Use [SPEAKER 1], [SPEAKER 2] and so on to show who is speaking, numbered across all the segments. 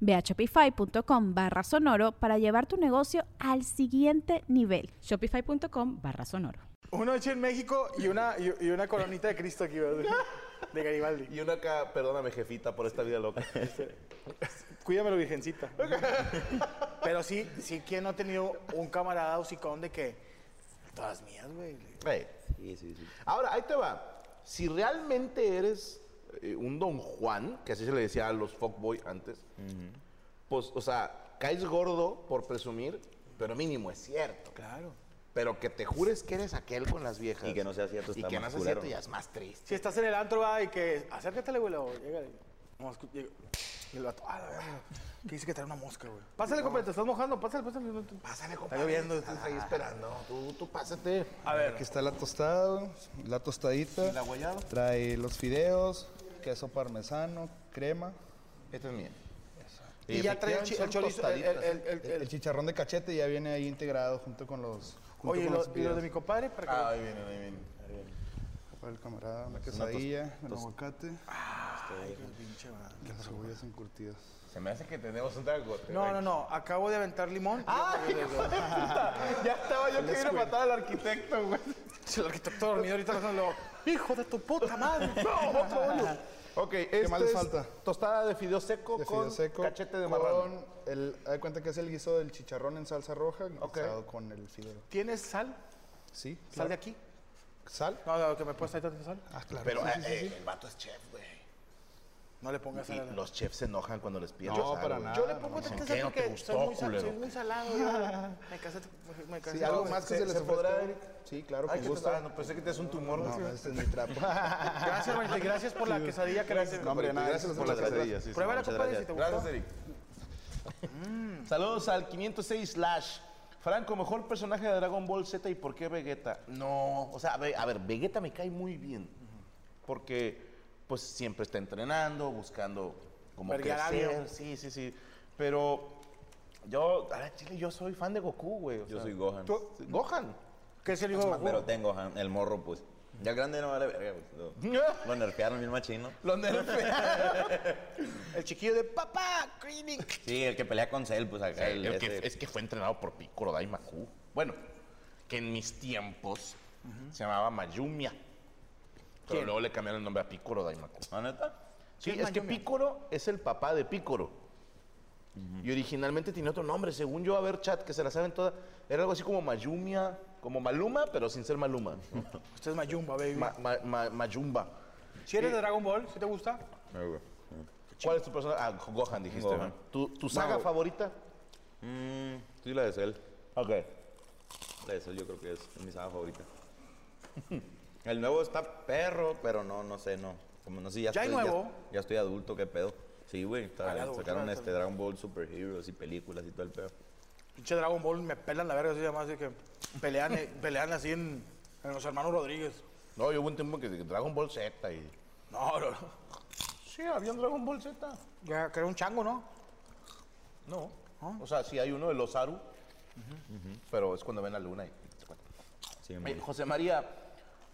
[SPEAKER 1] Ve a shopify.com barra sonoro para llevar tu negocio al siguiente nivel.
[SPEAKER 2] Shopify.com barra sonoro.
[SPEAKER 3] Una noche en México y una, y, y una coronita de Cristo aquí, ¿verdad? de Garibaldi.
[SPEAKER 4] Y una acá, perdóname jefita por esta vida loca.
[SPEAKER 3] Cuídamelo, virgencita. Pero sí, sí, ¿quién no ha tenido un camarada hocicón de que todas mías, güey?
[SPEAKER 4] Ey. Ahora, ahí te va. Si realmente eres eh, un don Juan, que así se le decía a los fuckboy antes, pues, o sea, caes gordo por presumir, pero mínimo es cierto.
[SPEAKER 3] Claro.
[SPEAKER 4] Pero que te jures que eres aquel con las viejas.
[SPEAKER 5] Y que no sea cierto
[SPEAKER 4] Y
[SPEAKER 5] está
[SPEAKER 4] que
[SPEAKER 5] más
[SPEAKER 4] no sea
[SPEAKER 5] culero.
[SPEAKER 4] cierto ya es más triste.
[SPEAKER 3] Si estás en el antro, va, y que acércatele, güey, o llégale. Vamos, cu- llega. Y el vato, ah, la verga. Que dice que trae una mosca, güey. Pásale, compadre, te estás mojando, pásale, pásale. no te-
[SPEAKER 4] Pásale, compadre. Está lloviendo, estás ahí esperando. Tú, tú pásate.
[SPEAKER 3] A ver,
[SPEAKER 6] Aquí está la tostada, la tostadita.
[SPEAKER 4] ¿Y la guayaba?
[SPEAKER 6] Trae los fideos, queso parmesano, crema.
[SPEAKER 4] Esta Este es mía.
[SPEAKER 3] y ya trae el, chi- el
[SPEAKER 4] Son
[SPEAKER 3] chorizo, el,
[SPEAKER 4] tostaditas.
[SPEAKER 3] el- el- el-
[SPEAKER 6] El, chicharrón de cachete ya viene ahí integrado junto con los. junto
[SPEAKER 3] Oye, ¿y
[SPEAKER 6] con
[SPEAKER 3] lo,
[SPEAKER 6] los
[SPEAKER 3] y lo
[SPEAKER 6] fideos.
[SPEAKER 3] de mi compadre? Para que
[SPEAKER 4] Ah, ahí viene, ahí viene.
[SPEAKER 6] Para el camarada, una quesadilla, un aguacate, las cebollas encurtidas.
[SPEAKER 4] Se me hace que tenemos un trago.
[SPEAKER 3] No, no, no. Acabo de aventar limón.
[SPEAKER 4] ¡Ay, hijo de puta! Ya estaba yo que vine a matar al arquitecto, güey.
[SPEAKER 3] El arquitecto dormido ahorita pasándolo. ¡Hijo de tu puta madre! ¡No, otro bollo!
[SPEAKER 4] Ok, ¿Qué
[SPEAKER 6] más les falta?
[SPEAKER 4] Tostada de fideo seco
[SPEAKER 6] De
[SPEAKER 4] con
[SPEAKER 6] fideo seco.
[SPEAKER 4] cachete de
[SPEAKER 6] con
[SPEAKER 4] marrano.
[SPEAKER 6] el, haz de cuenta que es el guiso del chicharrón en salsa roja
[SPEAKER 4] Ok.
[SPEAKER 6] guisado con el fideo.
[SPEAKER 3] ¿Tienes sal?
[SPEAKER 6] Sí,
[SPEAKER 3] ¿Sal
[SPEAKER 6] claro.
[SPEAKER 3] de aquí?
[SPEAKER 6] ¿Sal?
[SPEAKER 3] No, no, que me puedes traer tantita sal.
[SPEAKER 6] Ah, claro.
[SPEAKER 4] Pero
[SPEAKER 6] sí, sí,
[SPEAKER 4] eh,
[SPEAKER 6] sí, sí.
[SPEAKER 4] eh, el vato es chef, güey.
[SPEAKER 3] No le pongas sal. a
[SPEAKER 4] Y
[SPEAKER 3] la-
[SPEAKER 4] los chefs se enojan cuando les piden
[SPEAKER 6] No,
[SPEAKER 4] sal,
[SPEAKER 6] para
[SPEAKER 4] güey.
[SPEAKER 6] nada.
[SPEAKER 3] Yo le pongo
[SPEAKER 4] ¿Por
[SPEAKER 3] tantita
[SPEAKER 4] qué
[SPEAKER 3] sal
[SPEAKER 4] no te
[SPEAKER 3] porque
[SPEAKER 4] gustó,
[SPEAKER 3] soy muy, sal-
[SPEAKER 4] culero?
[SPEAKER 3] soy muy salado. yo. Me casé, me casé.
[SPEAKER 6] Sí, algo más que
[SPEAKER 4] ¿Se-
[SPEAKER 6] se les
[SPEAKER 4] se podrá
[SPEAKER 6] ofrezca.
[SPEAKER 4] ir?
[SPEAKER 6] Sí, claro,
[SPEAKER 4] Ay,
[SPEAKER 6] con
[SPEAKER 4] que te-
[SPEAKER 6] gusto.
[SPEAKER 4] ah, no, pensé que te hace un tumor. güey.
[SPEAKER 6] No, este es mi trapo.
[SPEAKER 3] Gracias, Maite. Gracias por la quesadilla que le hice.
[SPEAKER 6] No, hombre, nada,
[SPEAKER 4] Gracias
[SPEAKER 6] eso
[SPEAKER 4] por
[SPEAKER 6] se
[SPEAKER 4] la
[SPEAKER 6] los ofrezco.
[SPEAKER 4] quesadilla. sí, sí,
[SPEAKER 3] Pruébala,
[SPEAKER 4] muchas
[SPEAKER 3] compadre,
[SPEAKER 4] gracias.
[SPEAKER 3] si te gustó.
[SPEAKER 4] Gracias, Eric. Saludos al 506 Slash. Franco, mejor personaje de Dragon Ball Z y por qué Vegeta. No, o sea, a ver, a ver, Vegeta me cae muy bien. Porque, pues, siempre está entrenando, buscando como
[SPEAKER 3] Verguear a
[SPEAKER 4] crecer.
[SPEAKER 3] alguien.
[SPEAKER 4] Sí, sí, sí. Pero yo, a la chile, yo soy fan de Goku, güey. o
[SPEAKER 5] Yo
[SPEAKER 4] sea,
[SPEAKER 5] soy Gohan.
[SPEAKER 4] ¿tú- Gohan.
[SPEAKER 3] ¿Qué es el hijo de Goku?
[SPEAKER 5] Pero tengo Gohan, el morro, pues. Ya grande no vale verga, pues. Lo, lo nerfearon bien machino.
[SPEAKER 4] Lo nerfea.
[SPEAKER 3] El chiquillo de papá, Krillin.
[SPEAKER 5] Sí, el que pelea con Cell, pues acá. el-
[SPEAKER 4] El que-
[SPEAKER 5] ese-
[SPEAKER 4] es que fue entrenado por Piccolo Daimaku. Bueno, que en mis tiempos se llamaba Mayumia. Pero
[SPEAKER 3] ¿Quién?
[SPEAKER 4] luego le cambiaron el nombre a Piccolo Daimaku.
[SPEAKER 5] ¿Ah, neta?
[SPEAKER 4] Sí,
[SPEAKER 3] ¿Quién
[SPEAKER 4] es que
[SPEAKER 3] Mayumia?
[SPEAKER 4] Piccolo es el papá de Piccolo. Y originalmente tenía otro nombre, según yo, a ver, chat, que se la saben todas. Era algo así como Mayumia, como Maluma, pero sin ser Maluma.
[SPEAKER 3] Usted es Mayumba, baby.
[SPEAKER 4] Ma- ma- ma- Mayumba.
[SPEAKER 3] si eres de Dragon Ball, si te gusta.
[SPEAKER 5] Ah,
[SPEAKER 4] ¿Cuál es tu personaje? Ah, Gohan, dijiste.
[SPEAKER 5] Gohan.
[SPEAKER 4] ¿verdad? ¿Tu, tu saga
[SPEAKER 5] No.
[SPEAKER 4] favorita?
[SPEAKER 5] Mm, sí, la de Cell.
[SPEAKER 4] Ok.
[SPEAKER 5] La de Cell yo creo que es, mi saga favorita. el nuevo está perro, pero no, no sé, no. Como no sé, ya,
[SPEAKER 3] ¿Ya hay
[SPEAKER 5] estoy,
[SPEAKER 3] nuevo?
[SPEAKER 5] Ya, estoy adulto, qué pedo. Sí, güey, está-
[SPEAKER 3] Ah, ya adulto,
[SPEAKER 5] sacaron
[SPEAKER 3] ya
[SPEAKER 5] este Dragon Ball Super Heroes y películas y todo el pedo.
[SPEAKER 3] Pinche Dragon Ball me pelan la verga, así además de que pelean, eh, pelean así en, en los hermanos Rodríguez.
[SPEAKER 4] No, yo hubo un tiempo que Dragon Ball Z y...
[SPEAKER 3] No, no, no.
[SPEAKER 4] Sí, había un Dragon Ball Z.
[SPEAKER 3] Ya, que era un chango, ¿no?
[SPEAKER 4] No. O sea, sí hay uno de los Aru, pero es cuando ven la luna. y-
[SPEAKER 5] Sí,
[SPEAKER 4] Oye,
[SPEAKER 5] muy-
[SPEAKER 4] Eh, José María,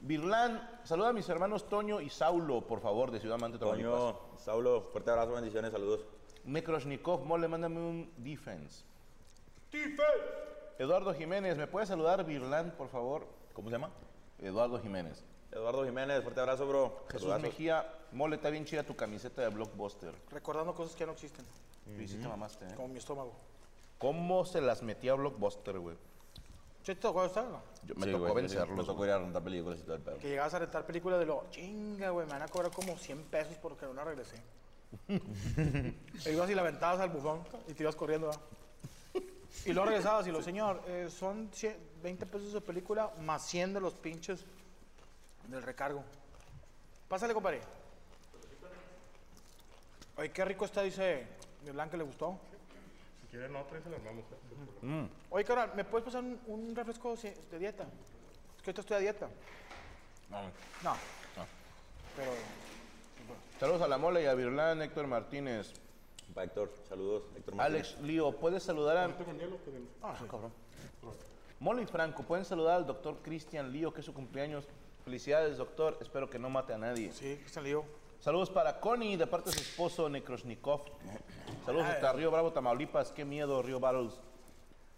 [SPEAKER 4] Birlán, saluda a mis hermanos Toño y Saulo, por favor, de Ciudad Mante, Tamaulipas.
[SPEAKER 5] Toño, Saulo, fuerte abrazo, bendiciones, saludos.
[SPEAKER 4] Mekroshnikov, mole, mándame un defense. ¡Defense! Eduardo Jiménez, ¿me puedes saludar, Birlán, por favor?
[SPEAKER 5] ¿Cómo se llama?
[SPEAKER 4] Eduardo Jiménez.
[SPEAKER 5] Eduardo Jiménez, fuerte abrazo, bro.
[SPEAKER 4] Jesús
[SPEAKER 5] Saludazos.
[SPEAKER 4] Mejía, mole, está bien chida tu camiseta de Blockbuster.
[SPEAKER 3] Recordando cosas que ya no existen,
[SPEAKER 4] Y sí te mamaste, ¿eh?
[SPEAKER 3] como mi estómago.
[SPEAKER 4] ¿Cómo se las metía Blockbuster, güey?
[SPEAKER 3] ¿Sí te tocó estar, no?
[SPEAKER 5] Yo- me
[SPEAKER 4] Sí,
[SPEAKER 5] tocó
[SPEAKER 4] güey,
[SPEAKER 5] vencerlo.
[SPEAKER 4] me
[SPEAKER 5] Me
[SPEAKER 4] tocó
[SPEAKER 5] tocó ir a rentar películas y todo el pedo.
[SPEAKER 3] Que llegabas a rentar películas de lo, chinga, güey, me van a cobrar como 100 pesos porque no la regresé. e ibas y la aventabas al bufón y te ibas corriendo, ¿verdad? Y luego regresabas y lo, señor, eh, son 100 20 pesos de película más 100 de los pinches del recargo. Pásale, compadre. Ay, qué rico está, dice mi blanca, ¿le gustó?
[SPEAKER 7] Si quieren otra, se la armamos. ¿eh?
[SPEAKER 3] Oye, carnal, ¿me puedes pasar un, un refresco si- de dieta? Es que ahorita estoy a dieta. No. No. Pero,
[SPEAKER 4] Saludos a la mole y a Virlán, Héctor Martínez.
[SPEAKER 5] Pa' Héctor, saludos. Héctor Martínez.
[SPEAKER 4] Alex Lío, ¿puedes saludar a
[SPEAKER 7] Ahorita con hielo, que den-
[SPEAKER 3] ah, cabrón.
[SPEAKER 4] Mole y Franco? ¿Pueden saludar al doctor Cristian Lío, que es su cumpleaños? Felicidades, doctor. Espero que no mate a nadie.
[SPEAKER 3] Sí, que se lío.
[SPEAKER 4] Saludos para Connie, de parte de su esposo Nekrosnikov. Saludos hasta Río Bravo, Tamaulipas. Qué miedo, Río Battles.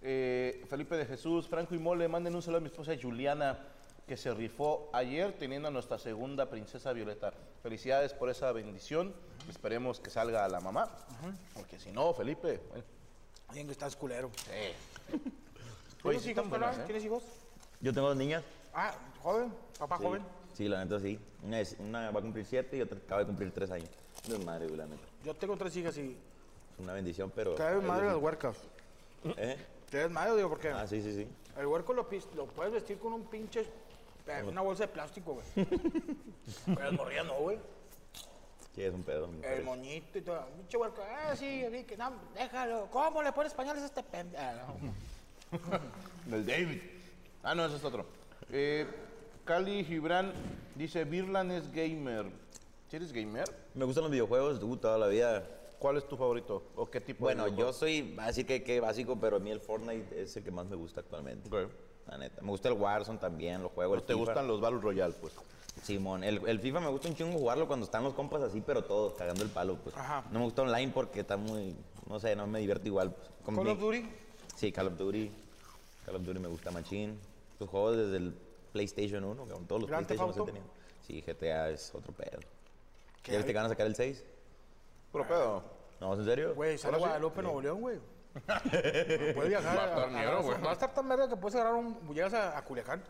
[SPEAKER 4] Eh, Felipe de Jesús, Franco y Mole, manden un saludo a mi esposa Juliana, que se rifó ayer teniendo a nuestra segunda princesa Violeta. Felicidades por esa bendición. Esperemos que salga a la mamá, porque si no, Felipe, bueno,
[SPEAKER 3] Alguien que estás culero.
[SPEAKER 4] eh. Oye,
[SPEAKER 3] ¿Tienes hijos,
[SPEAKER 4] sí están buenas,
[SPEAKER 3] carnal?
[SPEAKER 4] ¿eh?
[SPEAKER 3] ¿Tienes hijos?
[SPEAKER 5] Yo tengo dos niñas.
[SPEAKER 3] Ah, joven, papá joven.
[SPEAKER 5] Sí, la neta sí. Una, es- una va a cumplir siete y otra acaba de cumplir tres años. No es madre, güey, la neta.
[SPEAKER 3] Yo tengo tres hijas y.
[SPEAKER 5] Es una bendición, pero.
[SPEAKER 3] Cada vez madre las huercas.
[SPEAKER 5] ¿Eh?
[SPEAKER 3] Cada vez madre, digo, porque
[SPEAKER 5] Ah, sí, sí, sí.
[SPEAKER 3] el huerco lo, pis- lo puedes vestir con un pinche. eh, una bolsa de plástico, güey. Pero el morrillo no, güey.
[SPEAKER 5] Sí, es un pedo. me
[SPEAKER 3] El
[SPEAKER 5] parece.
[SPEAKER 3] moñito y todo. Pinche huerco. Ah, sí, así que no, déjalo. ¿Cómo le pones pañales a este pendejo?
[SPEAKER 4] Del David. Ah, no, ese es otro. Eh, Cali Gibran dice, Virlan es gamer. ¿Sí eres gamer?
[SPEAKER 5] Me gustan los videojuegos, tú, toda la vida.
[SPEAKER 4] ¿Cuál es tu favorito? ¿O qué tipo
[SPEAKER 5] Bueno,
[SPEAKER 4] de
[SPEAKER 5] yo soy, así que qué básico, pero a mí el Fortnite es el que más me gusta actualmente.
[SPEAKER 4] Ok.
[SPEAKER 5] La neta. Me gusta el Warzone también, los juegos.
[SPEAKER 4] ¿O te gustan los Battle Royale, pues?
[SPEAKER 5] Simón, el, el FIFA me gusta un chingo jugarlo cuando están los compas así, pero todos cagando el palo, pues.
[SPEAKER 3] Ajá.
[SPEAKER 5] No me gusta online porque está muy, no sé, no me divierto igual. pues. Con
[SPEAKER 3] Call of
[SPEAKER 5] mi-
[SPEAKER 3] Duty.
[SPEAKER 5] Sí, Call of Duty. Call of Duty me gusta machín. Los juegos desde el PlayStation 1, con todos los
[SPEAKER 3] Grand Theft
[SPEAKER 5] PlayStation
[SPEAKER 3] Auto.
[SPEAKER 5] que tenido. Sí, GTA es otro pedo.
[SPEAKER 3] ¿Qué
[SPEAKER 5] ¿Ya
[SPEAKER 3] hay?
[SPEAKER 5] viste que van a sacar el 6?
[SPEAKER 4] Puro pedo.
[SPEAKER 5] No, ¿es en serio?
[SPEAKER 3] Güey, sale Guadalupe, Nuevo León, güey. Puedes viajar.
[SPEAKER 4] Va a estar
[SPEAKER 3] a- a-
[SPEAKER 4] negro, güey.
[SPEAKER 3] Va a estar tan verga que puedes agarrar un. Llegas a, a Culiacán.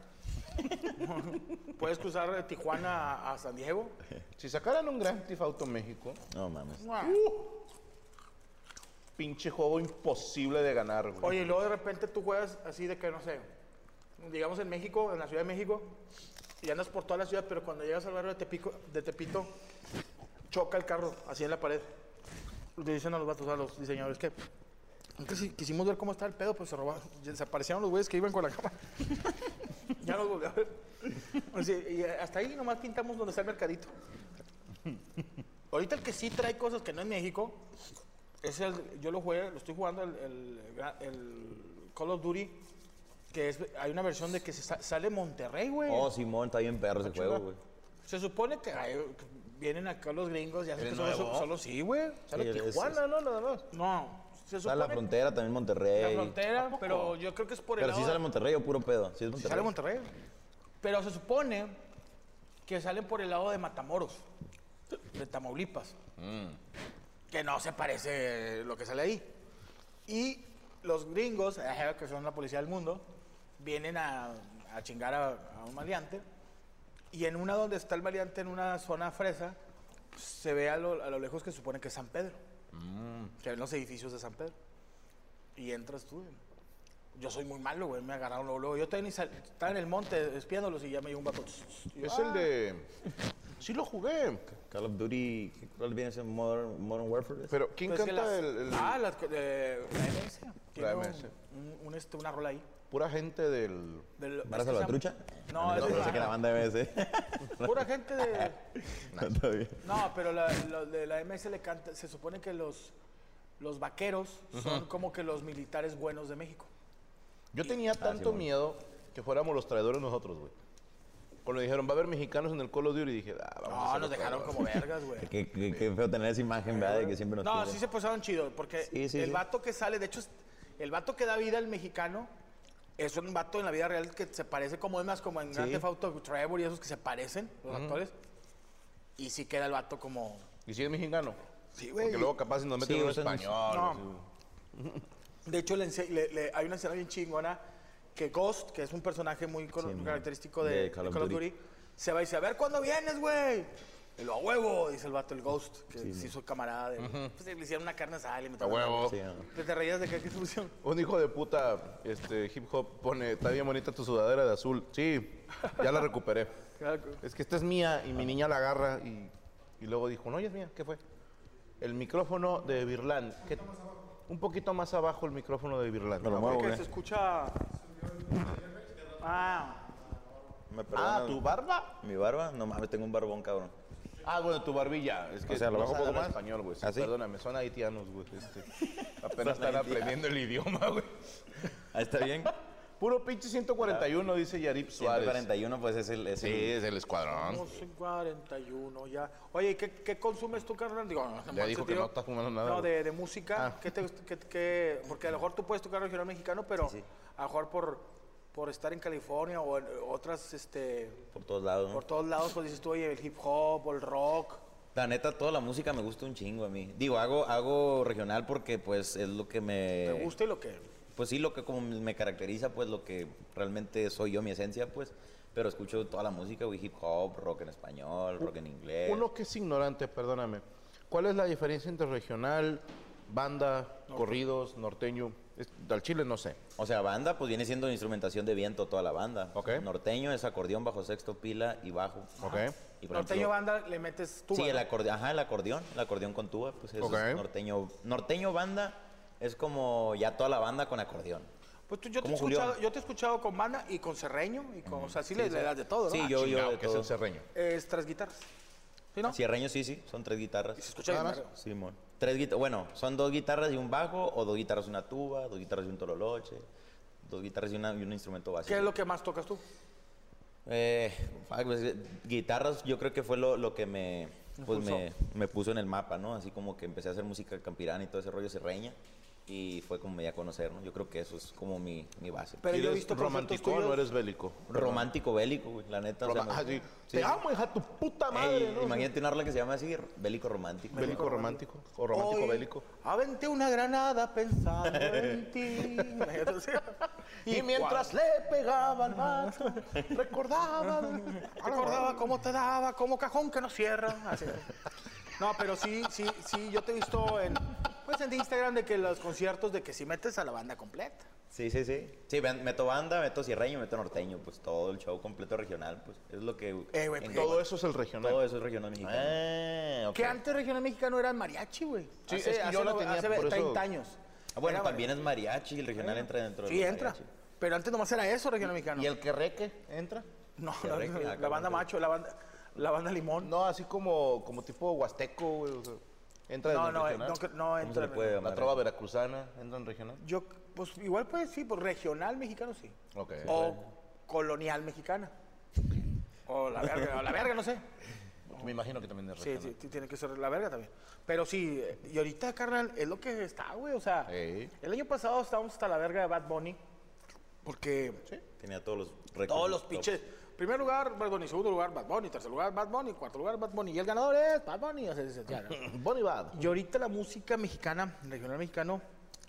[SPEAKER 3] puedes cruzar de Tijuana a, a San Diego.
[SPEAKER 4] Si sacaran un Grand Theft Auto México,
[SPEAKER 5] No mames.
[SPEAKER 4] pinche juego imposible de ganar, güey.
[SPEAKER 3] Oye, y luego de repente tú juegas así de que, no sé, digamos en México, en la Ciudad de México, y andas por toda la ciudad, pero cuando llegas al barrio de, Tepico, de Tepito, choca el carro así en la pared. Le dicen a los vatos, a los diseñadores, que nunca si- quisimos ver cómo está el pedo, pues se robaron, desaparecieron los güeyes que iban con la cámara. ya los volví a ver. Así, y hasta ahí nomás pintamos donde está el mercadito. Ahorita el que sí trae cosas que no en México es el, yo lo jugué, lo estoy jugando el, el gra- el Call of Duty, que es, hay una versión de que se sa- sale Monterrey, güey.
[SPEAKER 5] Oh, Simón, está bien perro ese juego, güey.
[SPEAKER 3] Se supone que, ay, que vienen acá los gringos y hacen
[SPEAKER 4] ¿Es
[SPEAKER 3] que solo,
[SPEAKER 4] nuevo?
[SPEAKER 3] solo sí, güey. Sale
[SPEAKER 5] Sí, es-
[SPEAKER 3] Tijuana,
[SPEAKER 5] es-
[SPEAKER 3] ¿no? Nada más. No, se
[SPEAKER 5] Está
[SPEAKER 3] supone
[SPEAKER 5] la frontera, también Monterrey.
[SPEAKER 3] la frontera, pero yo creo que es por el
[SPEAKER 5] Pero si
[SPEAKER 3] lado-
[SPEAKER 5] sale Monterrey o puro pedo. Sí es
[SPEAKER 3] sí
[SPEAKER 5] Monterrey.
[SPEAKER 3] sale Monterrey. Pero se supone que salen por el lado de Matamoros, de Tamaulipas. Que no se parece lo que sale ahí. Y los gringos, eh, que son la policía del mundo, vienen a, a chingar a, a un maleante. Y en una donde está el maleante, en una zona fresa, se ve a lo, a lo lejos que se supone que es San Pedro. Se ven los edificios de San Pedro. Y entras tú. güey. Yo soy muy malo, güey. Me agarraron luego. luego. Yo estaba, ni sal- estaba en el monte espiándolos y ya me llegó un vato. Y yo,
[SPEAKER 4] Es
[SPEAKER 3] "Ah".
[SPEAKER 4] el de... Sí lo jugué,
[SPEAKER 5] Call of Duty, ¿qué- ¿cuál viene a ser Modern, Modern Warfare?
[SPEAKER 4] pero ¿quién
[SPEAKER 3] Pues que
[SPEAKER 4] canta
[SPEAKER 3] las-
[SPEAKER 4] el, el-
[SPEAKER 3] Ah, las, que- eh, la MS. Tiene un-
[SPEAKER 4] MS.
[SPEAKER 3] Un, un este, una rola ahí.
[SPEAKER 4] pura gente del...
[SPEAKER 3] Del, es que se
[SPEAKER 5] ¿Para
[SPEAKER 3] llama-
[SPEAKER 5] Salvatrucha?
[SPEAKER 3] No,
[SPEAKER 5] no.
[SPEAKER 3] eso
[SPEAKER 5] Pensé
[SPEAKER 3] es-
[SPEAKER 5] que la banda MS.
[SPEAKER 3] Pura gente de...
[SPEAKER 5] no, está bien.
[SPEAKER 3] No, pero la, lo de la MS le canta... Se supone que los, los vaqueros son como que los militares buenos de México.
[SPEAKER 4] Yo tenía tanto
[SPEAKER 5] Simón.
[SPEAKER 4] miedo que fuéramos los traidores nosotros, güey. Cuando dijeron, va a haber mexicanos en el Call of Duty, dije, ah, vamos a
[SPEAKER 3] No,
[SPEAKER 4] hacer
[SPEAKER 3] nos
[SPEAKER 4] otro
[SPEAKER 3] dejaron
[SPEAKER 4] juego".
[SPEAKER 3] como vergas, güey.
[SPEAKER 5] Qué, qué- qué feo tener esa imagen, ¿verdad? De que siempre nos
[SPEAKER 3] No,
[SPEAKER 5] tiran.
[SPEAKER 3] sí se pasaron chido, porque
[SPEAKER 5] Sí, sí,
[SPEAKER 3] el
[SPEAKER 5] sí.
[SPEAKER 3] vato que sale, de hecho, es- el vato que da vida al mexicano es un vato en la vida real que se parece como es más como en Grand Theft Auto Trevor y esos que se parecen, los actores. Y sí queda el vato como.
[SPEAKER 4] ¿Y si es mexicano?
[SPEAKER 3] Sí,
[SPEAKER 4] Porque luego capaz si nos meten
[SPEAKER 5] Sí,
[SPEAKER 4] un
[SPEAKER 5] usan-
[SPEAKER 4] español.
[SPEAKER 3] No. De hecho, le ense- le- le- hay una escena bien chingona que Ghost, que es un personaje muy cono-
[SPEAKER 5] Sí, muy-
[SPEAKER 3] característico de, de Call of Duty,
[SPEAKER 5] Duty.
[SPEAKER 3] se va y dice, a ver, ¿cuándo vienes, güey? Y lo a huevo, dice el vato, el Ghost, que se hizo camarada. De, pues, le hicieron una carne asada y le metieron...
[SPEAKER 4] A huevo.
[SPEAKER 5] Sí, ah.
[SPEAKER 3] Pues, ¿Te, te reías de que aquí se pusieron?
[SPEAKER 4] Un hijo de puta este, hip hop pone, está bien bonita tu sudadera de azul. Sí, ya la recuperé. Es que esta es mía y mi niña la agarra y, y luego dijo, no, ya es mía, ¿qué fue? El micrófono de Birland. que- un poquito más abajo el micrófono de Birland.
[SPEAKER 5] Me lo
[SPEAKER 4] Ah,
[SPEAKER 5] muevo, ¿eh?
[SPEAKER 3] que
[SPEAKER 5] güey.
[SPEAKER 3] se escucha... Ah,
[SPEAKER 5] ¿Me
[SPEAKER 4] Ah,
[SPEAKER 5] perdonas?
[SPEAKER 4] ¿tu barba?
[SPEAKER 5] ¿Mi barba? No mames, tengo un barbón, cabrón.
[SPEAKER 4] Ah, bueno, tu barbilla. Es que
[SPEAKER 5] O sea, ¿lo
[SPEAKER 4] no
[SPEAKER 5] bajo un
[SPEAKER 4] saben
[SPEAKER 5] poco
[SPEAKER 4] hablar
[SPEAKER 5] más?
[SPEAKER 4] español, güey. Sí,
[SPEAKER 5] ¿Ah, sí?
[SPEAKER 4] Perdóname, son haitianos, güey. este. Apenas están aprendiendo el idioma, güey.
[SPEAKER 5] Ah, ¿Está bien?
[SPEAKER 4] Puro pinche 141,
[SPEAKER 5] Ah.
[SPEAKER 4] dice Yarip Suárez.
[SPEAKER 5] 141, pues es el... Es
[SPEAKER 4] Sí,
[SPEAKER 5] el-
[SPEAKER 4] es el escuadrón.
[SPEAKER 3] Estamos en 41 ya. Oye, ¿y ¿qué, qué consumes tú, carnal? Digo, no, no,
[SPEAKER 4] Ya dijo
[SPEAKER 3] manches,
[SPEAKER 4] que
[SPEAKER 3] digo,
[SPEAKER 4] no está fumando nada,
[SPEAKER 3] No,
[SPEAKER 4] güey.
[SPEAKER 3] de, de música.
[SPEAKER 4] Ah.
[SPEAKER 3] ¿qué te gust- qué- qué- porque a lo mejor tú puedes tocar regional mexicano, pero a lo mejor por, por estar en California o en otras, este,
[SPEAKER 5] Por todos lados, ¿no?
[SPEAKER 3] por todos lados, pues dices tú, oye, el hip hop o el rock.
[SPEAKER 5] La neta, toda la música me gusta un chingo a mí. Digo, hago, hago regional porque, pues, es lo que me...
[SPEAKER 3] ¿Te gusta y lo que?
[SPEAKER 5] Pues sí, lo que como me caracteriza, pues, lo que realmente soy yo, mi esencia, pues. Pero escucho toda la música, güey, hip hop, rock en español, rock en inglés.
[SPEAKER 4] Eh. Uno que es ignorante, perdóname. ¿Cuál es la diferencia entre regional, banda, corridos, norteño? Es- al chile no sé.
[SPEAKER 5] O sea, banda, pues viene siendo instrumentación de viento toda la banda.
[SPEAKER 4] Ok.
[SPEAKER 5] Norteño es acordeón, bajo sexto, pila y bajo.
[SPEAKER 4] Ok.
[SPEAKER 5] Y por
[SPEAKER 3] Norteño
[SPEAKER 5] ejemplo-
[SPEAKER 3] banda le metes tú.
[SPEAKER 5] Sí, el
[SPEAKER 3] ¿verdad?
[SPEAKER 5] acordeón, ajá, el acordeón, el acordeón con tuba, pues eso
[SPEAKER 4] Ok.
[SPEAKER 5] es norteño. Norteño banda es como ya toda la banda con acordeón.
[SPEAKER 3] Pues tú, yo, te he
[SPEAKER 5] como Julián.
[SPEAKER 3] escuchado, yo te he escuchado con banda y con serreño. Y con, O sea, sí, le, le das de todo, ¿no?
[SPEAKER 5] Sí,
[SPEAKER 3] Ah,
[SPEAKER 5] yo, yo
[SPEAKER 4] Chingao,
[SPEAKER 5] de
[SPEAKER 4] que es
[SPEAKER 5] todo.
[SPEAKER 4] el serreño.
[SPEAKER 3] Es tres guitarras. ¿Sí, no?
[SPEAKER 5] Sierreño sí, sí, son tres guitarras.
[SPEAKER 3] Y se escucha bien,
[SPEAKER 4] Nada más.
[SPEAKER 3] verga.
[SPEAKER 5] Sí, mon. Tres guitarras, bueno, son dos guitarras y un bajo, o dos guitarras y una tuba, dos guitarras y un tololoche, dos guitarras y, una- y un instrumento básico.
[SPEAKER 3] ¿Qué es lo que más tocas tú?
[SPEAKER 5] Eh, fuck, pues, eh, guitarras yo creo que fue lo, lo que me, pues, me, me puso en el mapa, ¿no? Así como que empecé a hacer música campirana y todo ese rollo serreña y fue como me di a conocer, ¿no? Yo creo que eso es como mi, mi base.
[SPEAKER 3] Pero yo he
[SPEAKER 4] ¿Eres
[SPEAKER 3] visto conciertos
[SPEAKER 4] romántico o
[SPEAKER 3] tuyos.
[SPEAKER 4] no eres bélico?
[SPEAKER 5] Romántico bélico, güey, la neta. o sea,
[SPEAKER 4] Roma-
[SPEAKER 5] me-
[SPEAKER 4] ah, sí.
[SPEAKER 5] sí.
[SPEAKER 4] Te amo, hija, tu puta madre.
[SPEAKER 5] Ey,
[SPEAKER 4] ¿no?
[SPEAKER 5] Imagínate una rola que se llama así, bélico romántico.
[SPEAKER 4] Bélico romántico. O romántico
[SPEAKER 3] Hoy
[SPEAKER 4] bélico.
[SPEAKER 3] Aventé una granada pensando en ti.
[SPEAKER 4] Y mientras le pegaba al vato, recordaba.
[SPEAKER 3] Recordaba cómo te daba, como cajón que no cierra. Así. No, pero sí, sí, sí, yo te he visto en, pues en Instagram de que los conciertos de que si metes a la banda completa.
[SPEAKER 5] Sí, sí, sí. Sí, ven, meto banda, meto sierreño, meto norteño, pues todo el show completo regional, pues es lo que...
[SPEAKER 3] Eh, güey,
[SPEAKER 5] en-
[SPEAKER 3] pero-
[SPEAKER 4] Pues, Todo eso es el regional.
[SPEAKER 5] Todo eso es regional mexicano. Eh,
[SPEAKER 4] Ah, ok.
[SPEAKER 3] Que antes regional mexicano eran mariachi, güey.
[SPEAKER 4] Sí, es que yo lo
[SPEAKER 3] no-
[SPEAKER 4] tenía,
[SPEAKER 3] hace
[SPEAKER 4] por eso-
[SPEAKER 3] 30 años.
[SPEAKER 5] Ah, Bueno,
[SPEAKER 3] Era
[SPEAKER 5] también es mariachi, el regional entra dentro de
[SPEAKER 3] Sí,
[SPEAKER 5] los
[SPEAKER 3] entra.
[SPEAKER 5] mariachi.
[SPEAKER 3] Pero antes nomás era eso regional mexicano.
[SPEAKER 4] ¿Y el que reque entra?
[SPEAKER 3] No,
[SPEAKER 5] el
[SPEAKER 3] la,
[SPEAKER 5] reggae,
[SPEAKER 3] la-
[SPEAKER 5] ah,
[SPEAKER 3] la
[SPEAKER 5] cabrón,
[SPEAKER 3] banda
[SPEAKER 5] pero-
[SPEAKER 3] macho, la banda, la banda limón.
[SPEAKER 4] No, así como, como tipo huasteco, güey. o sea, entra
[SPEAKER 3] no,
[SPEAKER 4] en
[SPEAKER 3] no, eh,
[SPEAKER 4] regional.
[SPEAKER 3] no, cre- no
[SPEAKER 5] ¿Cómo se
[SPEAKER 3] entra.
[SPEAKER 5] le
[SPEAKER 3] en-
[SPEAKER 5] puede
[SPEAKER 4] La
[SPEAKER 5] llamar?
[SPEAKER 4] trova veracruzana entra en regional.
[SPEAKER 3] Yo, pues igual pues sí, pues regional mexicano sí. Oh.
[SPEAKER 4] Ok.
[SPEAKER 3] O colonial mexicana. O la verga, o la verga, no sé.
[SPEAKER 4] Me imagino que también es
[SPEAKER 3] Sí,
[SPEAKER 4] regional.
[SPEAKER 3] sí, sí, tiene que ser la verga también. Pero sí, eh, y ahorita, carnal, es lo que está, güey. O sea,
[SPEAKER 4] Ey.
[SPEAKER 3] el año pasado estábamos hasta la verga de Bad Bunny. Porque
[SPEAKER 5] Tenía todos los récords.
[SPEAKER 3] todos los
[SPEAKER 5] top.
[SPEAKER 3] pinches. Primer lugar, Bad Bunny. Segundo lugar, Bad Bunny. Tercer lugar, Bad Bunny. Cuarto lugar, Bad Bunny. Y el ganador es Bad Bunny. así, así, así, ya, ¿no?
[SPEAKER 4] Bonnie Bad.
[SPEAKER 3] Y ahorita la música mexicana, regional mexicano,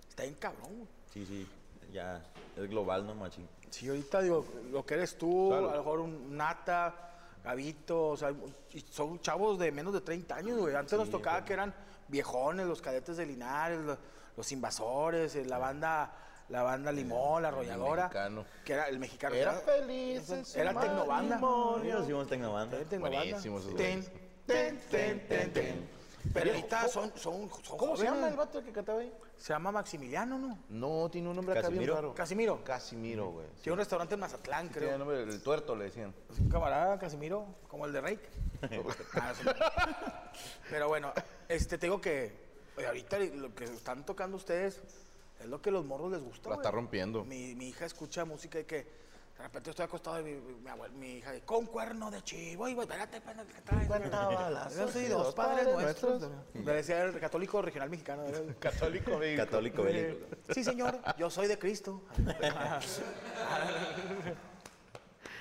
[SPEAKER 3] está bien cabrón, güey.
[SPEAKER 5] Sí, sí, ya. Es global, ¿no, machín?
[SPEAKER 3] Sí, ahorita digo, lo que eres tú,
[SPEAKER 4] Claro.
[SPEAKER 3] a lo mejor un Nata, Gavito, o sea, y son chavos de menos de 30 años, güey. Antes nos tocaba
[SPEAKER 4] pues.
[SPEAKER 3] que eran viejones, los cadetes de Linares, lo- los, invasores, eh, la banda, la banda Limón, la arrolladora.
[SPEAKER 4] mexicano.
[SPEAKER 3] Que era el mexicano.
[SPEAKER 4] Era
[SPEAKER 3] ¿verdad?
[SPEAKER 4] feliz en su
[SPEAKER 3] Era tecnobanda.
[SPEAKER 5] Nosotros hicimos Tecnobanda.
[SPEAKER 3] Era tecnobanda.
[SPEAKER 4] Buenísimos esos
[SPEAKER 3] Ten,
[SPEAKER 4] güeyes.
[SPEAKER 3] ten, ten, ten, ten. Pero ahorita son, son, son
[SPEAKER 4] ¿Cómo se llama
[SPEAKER 3] jóvenes.
[SPEAKER 4] el vato que cantaba ahí?
[SPEAKER 3] Se llama Maximiliano, ¿no?
[SPEAKER 4] No, tiene un nombre acá bien
[SPEAKER 5] ¿Casimiro?
[SPEAKER 4] raro.
[SPEAKER 3] Casimiro.
[SPEAKER 4] Casimiro, güey.
[SPEAKER 3] Tiene un restaurante en Mazatlán, creo. Pues,
[SPEAKER 4] Tiene el nombre del tuerto, le decían.
[SPEAKER 3] Es un camarada, Casimiro, como el de Rey. Ah, sí. Pero bueno, este, te digo que oye, ahorita lo que están tocando ustedes es lo que los morros les gusta.
[SPEAKER 4] La
[SPEAKER 3] güey.
[SPEAKER 4] está rompiendo.
[SPEAKER 3] Mi, mi hija escucha música y que de repente estoy acostado y mi, mi, abuel- mi hija de con cuerno de chivo. Y güey, espérate, espérate, ¿qué traes? Yo soy dos padres nuestros. Le decía el católico regional mexicano. ¿verdad?
[SPEAKER 4] Católico, güey.
[SPEAKER 5] Católico bélico.
[SPEAKER 3] Sí, señor, yo soy de Cristo.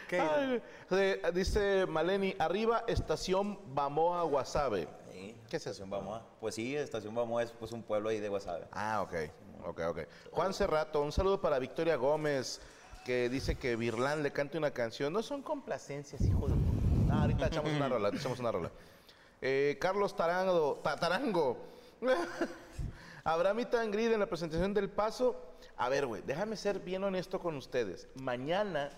[SPEAKER 3] ¿Qué?
[SPEAKER 4] Ay, eh, Dice Maleni, arriba estación Bamoa Guasave.
[SPEAKER 5] Sí.
[SPEAKER 4] ¿Qué es eso?
[SPEAKER 5] Estación Bamoa. Pues sí, Estación Bamoa es pues, un pueblo ahí de Guasave.
[SPEAKER 4] Ah, ok. Ok, ok. Juan Cerrato, un saludo para Victoria Gómez. que dice que Birlán le cante una canción. No son complacencias, hijo de... Ah, ahorita echamos una rola, echamos una rola. Eh, Carlos Tarango, Ta- Tarango. Habrá meet and greet en la presentación del paso. A ver, güey, déjame ser bien honesto con ustedes. Mañana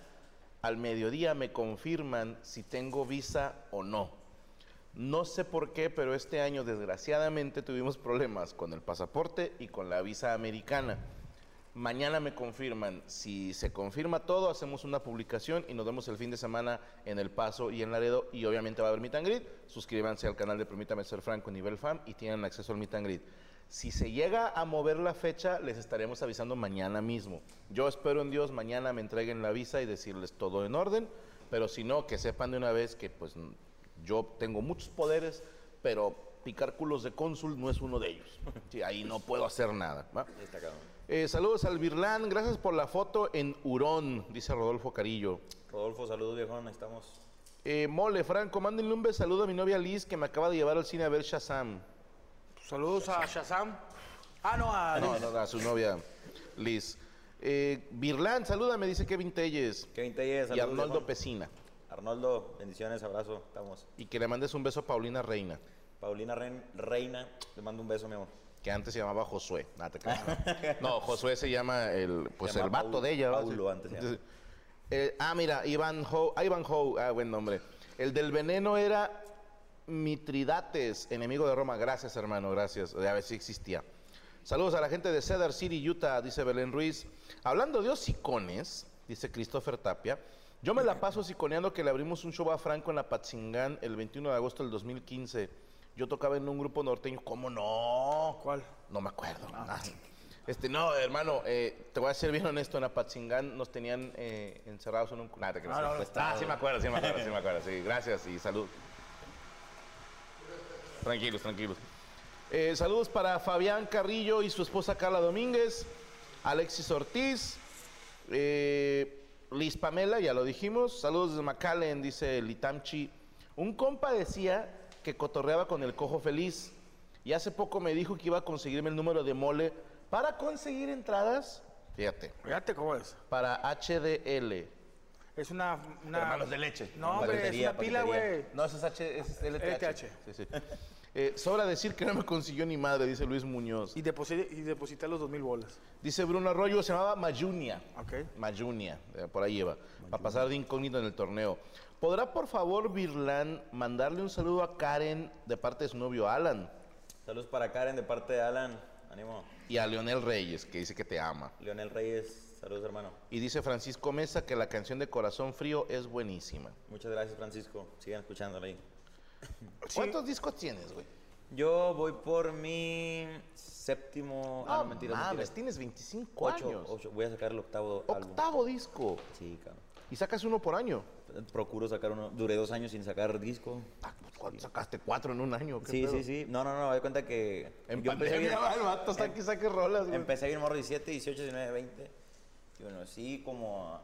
[SPEAKER 4] al mediodía me confirman si tengo visa o no. No sé por qué, pero este año desgraciadamente tuvimos problemas con el pasaporte y con la visa americana. Mañana me confirman. Si se confirma todo, hacemos una publicación y nos vemos el fin de semana en El Paso y en Laredo. Y obviamente va a haber Meet and Greet. Suscríbanse al canal de Permítame Ser Franco, Nivel Fam, y tienen acceso al Meet and Greet. Si se llega a mover la fecha, les estaremos avisando mañana mismo. Yo espero en Dios mañana me entreguen la visa y decirles todo en orden. Pero si no, que sepan de una vez que pues n- yo tengo muchos poderes, pero picar culos de cónsul no es uno de ellos. Sí, ahí no puedo hacer nada. ¿va?
[SPEAKER 5] Está cabrón.
[SPEAKER 4] Eh, saludos al Virlán, gracias por la foto en Hurón, dice Rodolfo Carillo.
[SPEAKER 5] Rodolfo, saludos viejón, ahí estamos.
[SPEAKER 4] Eh, Mole, Franco, mándenle un beso saludo a mi novia Liz que me acaba de llevar al cine a ver Shazam.
[SPEAKER 3] Saludos a Shazam. Ah, no, a...
[SPEAKER 4] No, no, a su novia Liz. Eh, Virlán, salúdame, dice Kevin Telles.
[SPEAKER 5] Kevin Tellez,
[SPEAKER 4] Y
[SPEAKER 5] saludos.
[SPEAKER 4] Arnoldo
[SPEAKER 5] viejón.
[SPEAKER 4] Pesina.
[SPEAKER 5] Arnoldo, bendiciones, abrazo, estamos.
[SPEAKER 4] Y que le mandes un beso a Paulina Reina,
[SPEAKER 5] Paulina Ren- Reina, te mando un beso, mi amor.
[SPEAKER 4] que antes se llamaba Josué. Nah, te creas. no, Josué se llama el, pues
[SPEAKER 5] Se llama
[SPEAKER 4] el vato
[SPEAKER 5] Paul-
[SPEAKER 4] de ella. ¿verdad?
[SPEAKER 5] Paulo antes se llama.
[SPEAKER 4] Entonces, eh, ah, mira, Ivan Ho, Ivan Ho, ah, buen nombre. El del veneno era Mitridates, enemigo de Roma. Gracias, hermano, gracias. A ver si existía. Saludos a la gente de Cedar City, Utah, dice Belén Ruiz. Hablando de hocicones, dice Christopher Tapia, yo me la paso hociconeando que le abrimos un show a Franco en la Patzingán el 21 de agosto del 2015. Yo tocaba en un grupo norteño. ¿Cómo no?
[SPEAKER 3] ¿Cuál?
[SPEAKER 4] No me acuerdo. Ah, Este, no, hermano, eh, te voy a ser bien honesto. En Apatzingán nos tenían eh, encerrados en un... cu- Nah, te creas.
[SPEAKER 5] No, no, no.
[SPEAKER 4] ah, sí me acuerdo, sí me acuerdo, sí me acuerdo. Sí, gracias y salud. Tranquilos, tranquilos. Eh, saludos para Fabián Carrillo y su esposa Carla Domínguez, Alexis Ortiz, eh, Liz Pamela, ya lo dijimos. Saludos desde McAllen, dice Litamchi. Un compa decía que cotorreaba con el cojo feliz y hace poco me dijo que iba a conseguirme el número de mole para conseguir entradas, fíjate,
[SPEAKER 3] Fíjate cómo es.
[SPEAKER 4] para HDL.
[SPEAKER 3] Es una... una-
[SPEAKER 4] Hermanos de leche.
[SPEAKER 3] No, hombre, es
[SPEAKER 5] Paquetería,
[SPEAKER 3] una pila,
[SPEAKER 5] paquetería.
[SPEAKER 3] güey.
[SPEAKER 4] No, ese es, H, ese es LTH.
[SPEAKER 3] LTH.
[SPEAKER 4] Sí, sí. Eh, sobra decir que no me consiguió ni madre, dice Luis Muñoz.
[SPEAKER 3] Y deposité, y deposité los dos mil bolas.
[SPEAKER 4] Dice Bruno Arroyo, se llamaba Mayunia.
[SPEAKER 3] Ok.
[SPEAKER 4] Mayunia, eh, por ahí lleva. Para pasar de incógnito en el torneo. ¿Podrá, por favor, Virlan, mandarle un saludo a Karen de parte de su novio Alan
[SPEAKER 5] Saludos para Karen de parte de Alan, ánimo.
[SPEAKER 4] y a Leonel Reyes, que dice que te ama?
[SPEAKER 5] Leonel Reyes, saludos hermano.
[SPEAKER 4] Y dice Francisco Mesa que la canción de Corazón Frío es buenísima.
[SPEAKER 5] Muchas gracias Francisco, sigan escuchándola ahí.
[SPEAKER 4] ¿Cuántos discos tienes, güey?
[SPEAKER 5] Yo voy por mi séptimo... ah, no, mentira,
[SPEAKER 4] mames,
[SPEAKER 5] mentira.
[SPEAKER 4] tienes 25
[SPEAKER 5] Ocho,
[SPEAKER 4] años.
[SPEAKER 5] ocho. Voy a sacar el octavo álbum.
[SPEAKER 4] Octavo disco.
[SPEAKER 5] Sí, cabrón.
[SPEAKER 4] Y sacas uno por año.
[SPEAKER 5] Procuro sacar uno. Duré dos años sin sacar disco.
[SPEAKER 4] Ah, pues, ¿cuánto Sacaste cuatro en un año. ¿qué
[SPEAKER 5] Sí,
[SPEAKER 4] pedo?
[SPEAKER 5] sí, sí. No, no, no, me doy cuenta que...
[SPEAKER 4] En
[SPEAKER 5] yo empecé
[SPEAKER 4] pandemia,
[SPEAKER 5] bien-
[SPEAKER 4] va, el vato está aquí, saque rolas, güey.
[SPEAKER 5] Empecé bien morro 17, 18, 19, 20. Y bueno, sí, como a,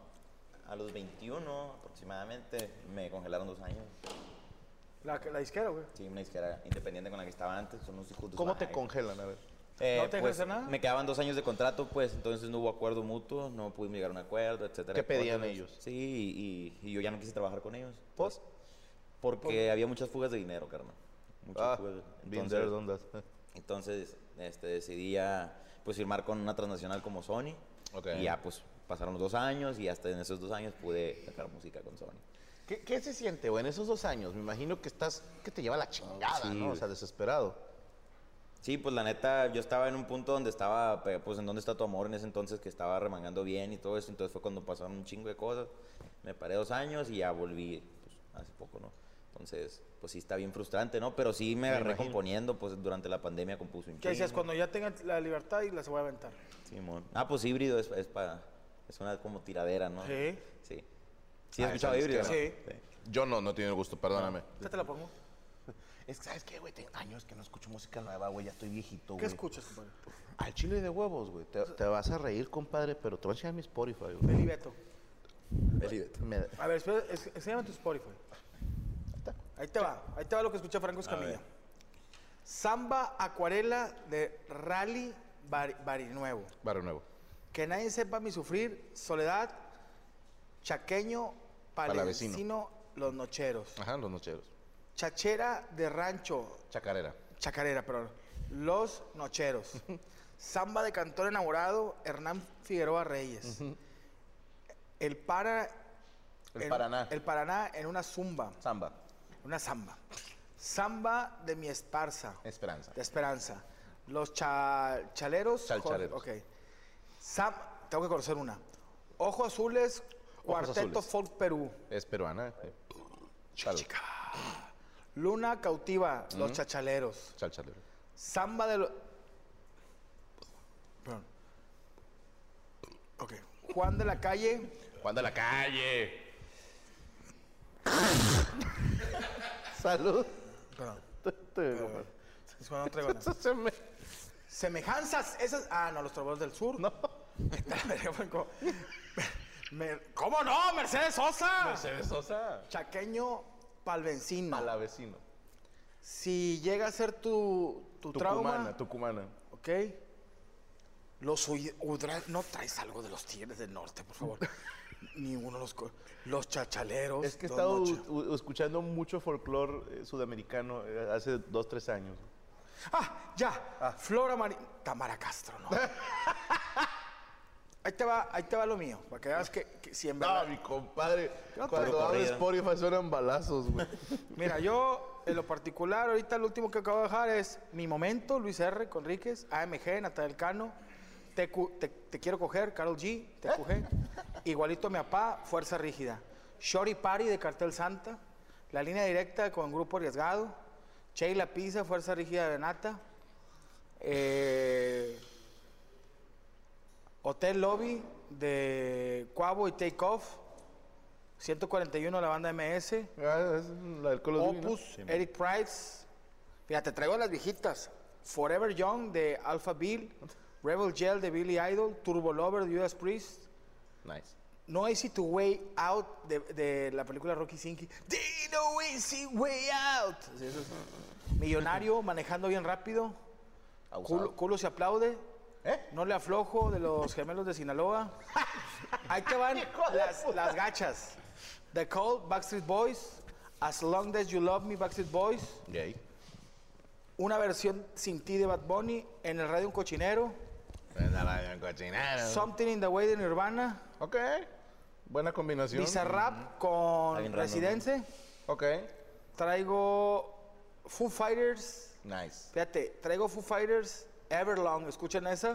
[SPEAKER 5] a los 21 aproximadamente me congelaron dos años.
[SPEAKER 3] La, la disquera, güey.
[SPEAKER 5] Sí, una disquera independiente con la que estaba antes. Son unos hijos de su
[SPEAKER 4] ¿Cómo te
[SPEAKER 5] madre.
[SPEAKER 4] congelan? A ver.
[SPEAKER 5] Eh,
[SPEAKER 3] ¿No te
[SPEAKER 5] pues,
[SPEAKER 3] dejaste nada?
[SPEAKER 5] Me quedaban dos años de contrato, pues entonces no hubo acuerdo mutuo, no pudimos llegar a un acuerdo, etcétera.
[SPEAKER 4] ¿Qué pedían
[SPEAKER 5] Cosas.
[SPEAKER 4] ellos?
[SPEAKER 5] Sí, y, y- y yo ya no quise trabajar con ellos.
[SPEAKER 4] ¿Por?
[SPEAKER 5] Pues, porque había muchas fugas de dinero, carnal. Muchas
[SPEAKER 4] Ah,
[SPEAKER 5] fugas. de-
[SPEAKER 4] been
[SPEAKER 5] entonces-
[SPEAKER 4] there, done that.
[SPEAKER 5] Entonces, este, decidí a, pues, firmar con una transnacional como Sony.
[SPEAKER 4] Ok.
[SPEAKER 5] Y ya, pues, pasaron los dos años y hasta en esos dos años pude sacar música con Sony.
[SPEAKER 4] ¿Qué, qué se siente, güey, en esos dos años? Me imagino que estás, que te lleva la chingada,
[SPEAKER 5] Sí,
[SPEAKER 4] ¿no? O
[SPEAKER 5] güey.
[SPEAKER 4] sea, desesperado.
[SPEAKER 5] Sí, pues, la neta, yo estaba en un punto donde estaba, pe- pues, en donde está tu amor en ese entonces, que estaba remangando bien y todo eso. Entonces, fue cuando pasaron un chingo de cosas. Me paré dos años y ya volví, pues, hace poco, ¿no? Entonces, pues, sí está bien frustrante, ¿no? Pero sí me agarré componiendo, pues, durante la pandemia compuse un chingo.
[SPEAKER 3] ¿Qué decías? Cuando ya tengan la libertad y las voy a aventar.
[SPEAKER 5] Simón. Ah, pues híbrido es, es para. Es una como tiradera, ¿no?
[SPEAKER 3] Sí.
[SPEAKER 5] Sí. Ah. Sí,
[SPEAKER 4] Ah,
[SPEAKER 5] has escuchado
[SPEAKER 4] esa
[SPEAKER 5] híbrido.
[SPEAKER 4] disquera.
[SPEAKER 5] ¿no?
[SPEAKER 4] Yo no, no tiene gusto, perdóname.
[SPEAKER 3] Ya te la pongo.
[SPEAKER 4] Es que, ¿sabes qué, güey? Tengo años que no escucho música nueva, güey, ya estoy viejito,
[SPEAKER 3] ¿Qué
[SPEAKER 4] güey.
[SPEAKER 3] escuchas, compadre?
[SPEAKER 4] Al chile de huevos, güey. Te, te vas a reír, compadre, pero te vas a enseñar mi Spotify, güey.
[SPEAKER 3] Beli Beto.
[SPEAKER 4] Me-
[SPEAKER 3] A ver, espera, es- enséñame tu Spotify. Ahí te va. Ahí te va lo que escuché Franco Escamilla. Samba Acuarela de Rally Bari- Barinuevo.
[SPEAKER 4] Barrio Nuevo.
[SPEAKER 3] Que nadie sepa mi sufrir, Soledad, Chaqueño,
[SPEAKER 4] Palavecino. Ah.
[SPEAKER 3] palavecino, los nocheros.
[SPEAKER 4] Ajá, los nocheros.
[SPEAKER 3] Chachera de rancho,
[SPEAKER 4] Chacarera.
[SPEAKER 3] chacarera, perdón. Los nocheros. Samba de cantor enamorado, Hernán Figueroa Reyes. El para...
[SPEAKER 4] El Paraná.
[SPEAKER 3] El Paraná en una zumba,
[SPEAKER 4] Samba.
[SPEAKER 3] una samba. Samba de mi esparza.
[SPEAKER 4] Esperanza.
[SPEAKER 3] De Esperanza. Los cha- chaleros.
[SPEAKER 4] Chalchaleros.
[SPEAKER 3] Jorge- ok. Sam, tengo que conocer una. Ojo Azules, Cuarteto
[SPEAKER 4] Azules.
[SPEAKER 3] Folk Perú.
[SPEAKER 4] Es peruana. eh. Salud.
[SPEAKER 3] Luna Cautiva, Los Chachaleros.
[SPEAKER 4] Chalchalero.
[SPEAKER 3] Samba de los... Perdón. Ok. Juan de la Calle,
[SPEAKER 4] Cuando la calle. Salud.
[SPEAKER 3] Perdón.
[SPEAKER 4] Te-
[SPEAKER 3] es cuando no traigo nada.
[SPEAKER 4] se me-
[SPEAKER 3] Semejanzas, esas... Ah, no, los trovadores del sur.
[SPEAKER 4] No.
[SPEAKER 3] Está la verga, Franco. Me- ¿Cómo no? Mercedes Sosa.
[SPEAKER 4] Mercedes Sosa.
[SPEAKER 3] Chaqueño palvencino.
[SPEAKER 4] Palavecino.
[SPEAKER 3] Si llega a ser tu, tu trauma,
[SPEAKER 4] Tucumana, Tucumana.
[SPEAKER 3] ¿ok? Los ui- udra- no traes algo de los tigres del norte, por favor. Ni uno los co- los chachaleros.
[SPEAKER 4] Es que he
[SPEAKER 3] los
[SPEAKER 4] estado
[SPEAKER 3] noche-
[SPEAKER 4] u- u- escuchando mucho folclore eh, sudamericano eh, hace dos, tres años.
[SPEAKER 3] Ah, ya. Flora Mari Tamara Castro, no. ahí te va, ahí te va lo mío, para que veas que, que si en
[SPEAKER 4] Ah,
[SPEAKER 3] verdad.
[SPEAKER 4] mi compadre.
[SPEAKER 3] No,
[SPEAKER 4] Cuando
[SPEAKER 5] pero
[SPEAKER 4] hablo
[SPEAKER 5] corrido.
[SPEAKER 4] Spotify suenan balazos, güey.
[SPEAKER 3] Mira, yo en lo particular, ahorita lo último que acabo de dejar es Mi Momento, Luis R. Conríquez, AMG, Natal Cano, te, cu- te, te Quiero Coger, Carol G, Te Coger, Igualito a mi papá, Fuerza Rígida, Shorty Party de Cartel Santa, La Línea Directa con Grupo Arriesgado, Sheila Pizza, Fuerza Rígida de Nata, eh, Hotel Lobby de Cuavo y Take Off, 141 la banda MS,
[SPEAKER 4] Ah, es la del Call of Duty, ¿no?
[SPEAKER 3] Opus, Eric Price. Fíjate, traigo las viejitas. Forever Young de Alpha Bill, Rebel Gel de Billy Idol, Turbo Lover de US Priest,
[SPEAKER 4] Nice.
[SPEAKER 3] No Easy to Way Out de, de la película Rocky Sinky. No Easy Way Out. Sí, eso es. Millonario, manejando bien rápido. Culo,
[SPEAKER 4] Abusado.
[SPEAKER 3] culo se aplaude.
[SPEAKER 4] ¿Eh?
[SPEAKER 3] No le aflojo de los gemelos de Sinaloa. Ahí te van las, las gachas. The Cold, Backstreet Boys. As Long As You Love Me, Backstreet Boys.
[SPEAKER 4] Gay.
[SPEAKER 3] Una versión sin ti de Bad Bunny. En el radio un cochinero.
[SPEAKER 4] Ah.
[SPEAKER 3] Something in the Way de Nirvana.
[SPEAKER 4] Ok. Buena combinación.
[SPEAKER 3] Bizarrap
[SPEAKER 5] Está
[SPEAKER 3] con
[SPEAKER 5] bien random,
[SPEAKER 3] Residence.
[SPEAKER 4] Ok.
[SPEAKER 3] Traigo Foo Fighters.
[SPEAKER 4] Nice.
[SPEAKER 3] Fíjate, traigo Foo Fighters, Everlong, escuchen esa.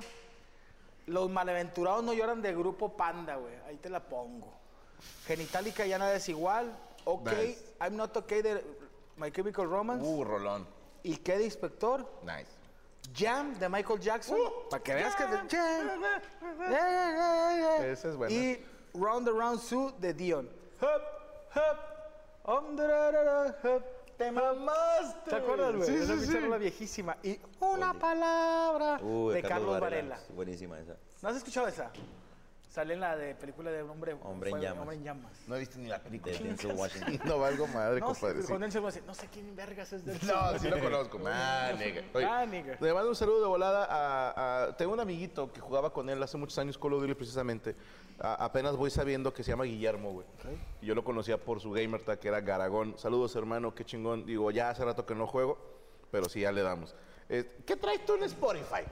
[SPEAKER 3] Los malaventurados no lloran de grupo Panda, güey. Ahí te la pongo. Genitalica ya nada es igual. Ok,
[SPEAKER 4] Nice.
[SPEAKER 3] I'm not okay de My Chemical Romance.
[SPEAKER 4] Uh, rolón.
[SPEAKER 3] ¿Y qué de inspector?
[SPEAKER 4] Nice.
[SPEAKER 3] Jam de Michael Jackson. Para que veas que. Jam.
[SPEAKER 4] Esa es buena.
[SPEAKER 3] Y Round the Round Zoo de Dion. Hop, hop, om, da, da, da, da, hop, te mamaste. ¿Te acuerdas, güey?
[SPEAKER 4] Sí,
[SPEAKER 3] Era
[SPEAKER 4] sí,
[SPEAKER 3] una
[SPEAKER 4] sí.
[SPEAKER 3] pinche rola viejísima. Y una palabra
[SPEAKER 5] Uh,
[SPEAKER 3] de Carlos, Varela.
[SPEAKER 5] Sí, Buenísima esa.
[SPEAKER 3] ¿No has escuchado esa? Sale en la de película de un hombre,
[SPEAKER 5] Hombre en
[SPEAKER 3] fue-
[SPEAKER 5] llamas.
[SPEAKER 3] Hombre en llamas.
[SPEAKER 4] No he visto ni la
[SPEAKER 5] De Denzel Washington.
[SPEAKER 4] No valgo madre,
[SPEAKER 3] No, sí,
[SPEAKER 4] compadre. sí.
[SPEAKER 3] con Denzel Washington. no sé quién vergas es Denzel.
[SPEAKER 4] No, sí lo conozco. Ah, nigga. Oye,
[SPEAKER 3] Ah, nigga.
[SPEAKER 4] Le mando un saludo de volada a, a- Tengo un amiguito que jugaba con él hace muchos años, Call of Duty, precisamente. A- apenas voy sabiendo que se llama Guillermo, güey. Y yo lo conocía por su gamer tag, que era Garagón. Saludos, hermano, qué chingón. Digo, ya hace rato que no juego, pero sí, ya le damos. Eh, ¿Qué traes tú en Spotify?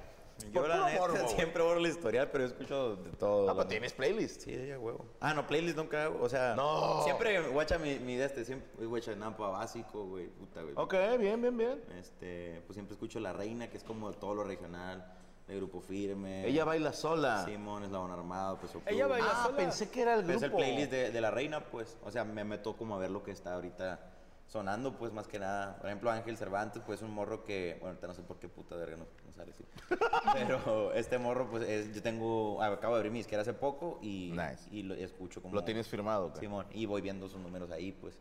[SPEAKER 5] Yo
[SPEAKER 4] Por
[SPEAKER 5] la
[SPEAKER 4] puro
[SPEAKER 5] neta
[SPEAKER 4] morbo, güey.
[SPEAKER 5] siempre borro el historial, pero yo escucho de todo.
[SPEAKER 4] Ah,
[SPEAKER 5] la
[SPEAKER 4] pero tienes playlist.
[SPEAKER 5] Sí, ya huevo. Ah, no, playlist nunca hago. O sea,
[SPEAKER 4] No.
[SPEAKER 5] siempre guacha mi, mi de este, siempre guacha Nampa básico, güey, puta, güey.
[SPEAKER 4] Ok, bien, bien, bien.
[SPEAKER 5] Este, pues siempre escucho La Reina, que es como todo lo regional, de Grupo Firme.
[SPEAKER 4] Ella baila sola.
[SPEAKER 5] Simón, Eslabón Armado, pues
[SPEAKER 3] Ella baila
[SPEAKER 4] Ah,
[SPEAKER 3] sola.
[SPEAKER 4] pensé que era el
[SPEAKER 5] Pero
[SPEAKER 4] grupo.
[SPEAKER 5] es Pues, el playlist de, de la reina, pues. O sea, me meto como a ver lo que está ahorita sonando, pues, más que nada. Por ejemplo, Ángel Cervantes, pues, un morro que... Bueno, ahorita no sé por qué puta verga no, no sale así. Pero este morro, pues, es- yo tengo... ah, Acabo de abrir mi disquera hace poco y,
[SPEAKER 4] Nice.
[SPEAKER 5] y lo escucho como...
[SPEAKER 4] Lo tienes firmado, güey.
[SPEAKER 5] Simón, y voy viendo sus números ahí, pues.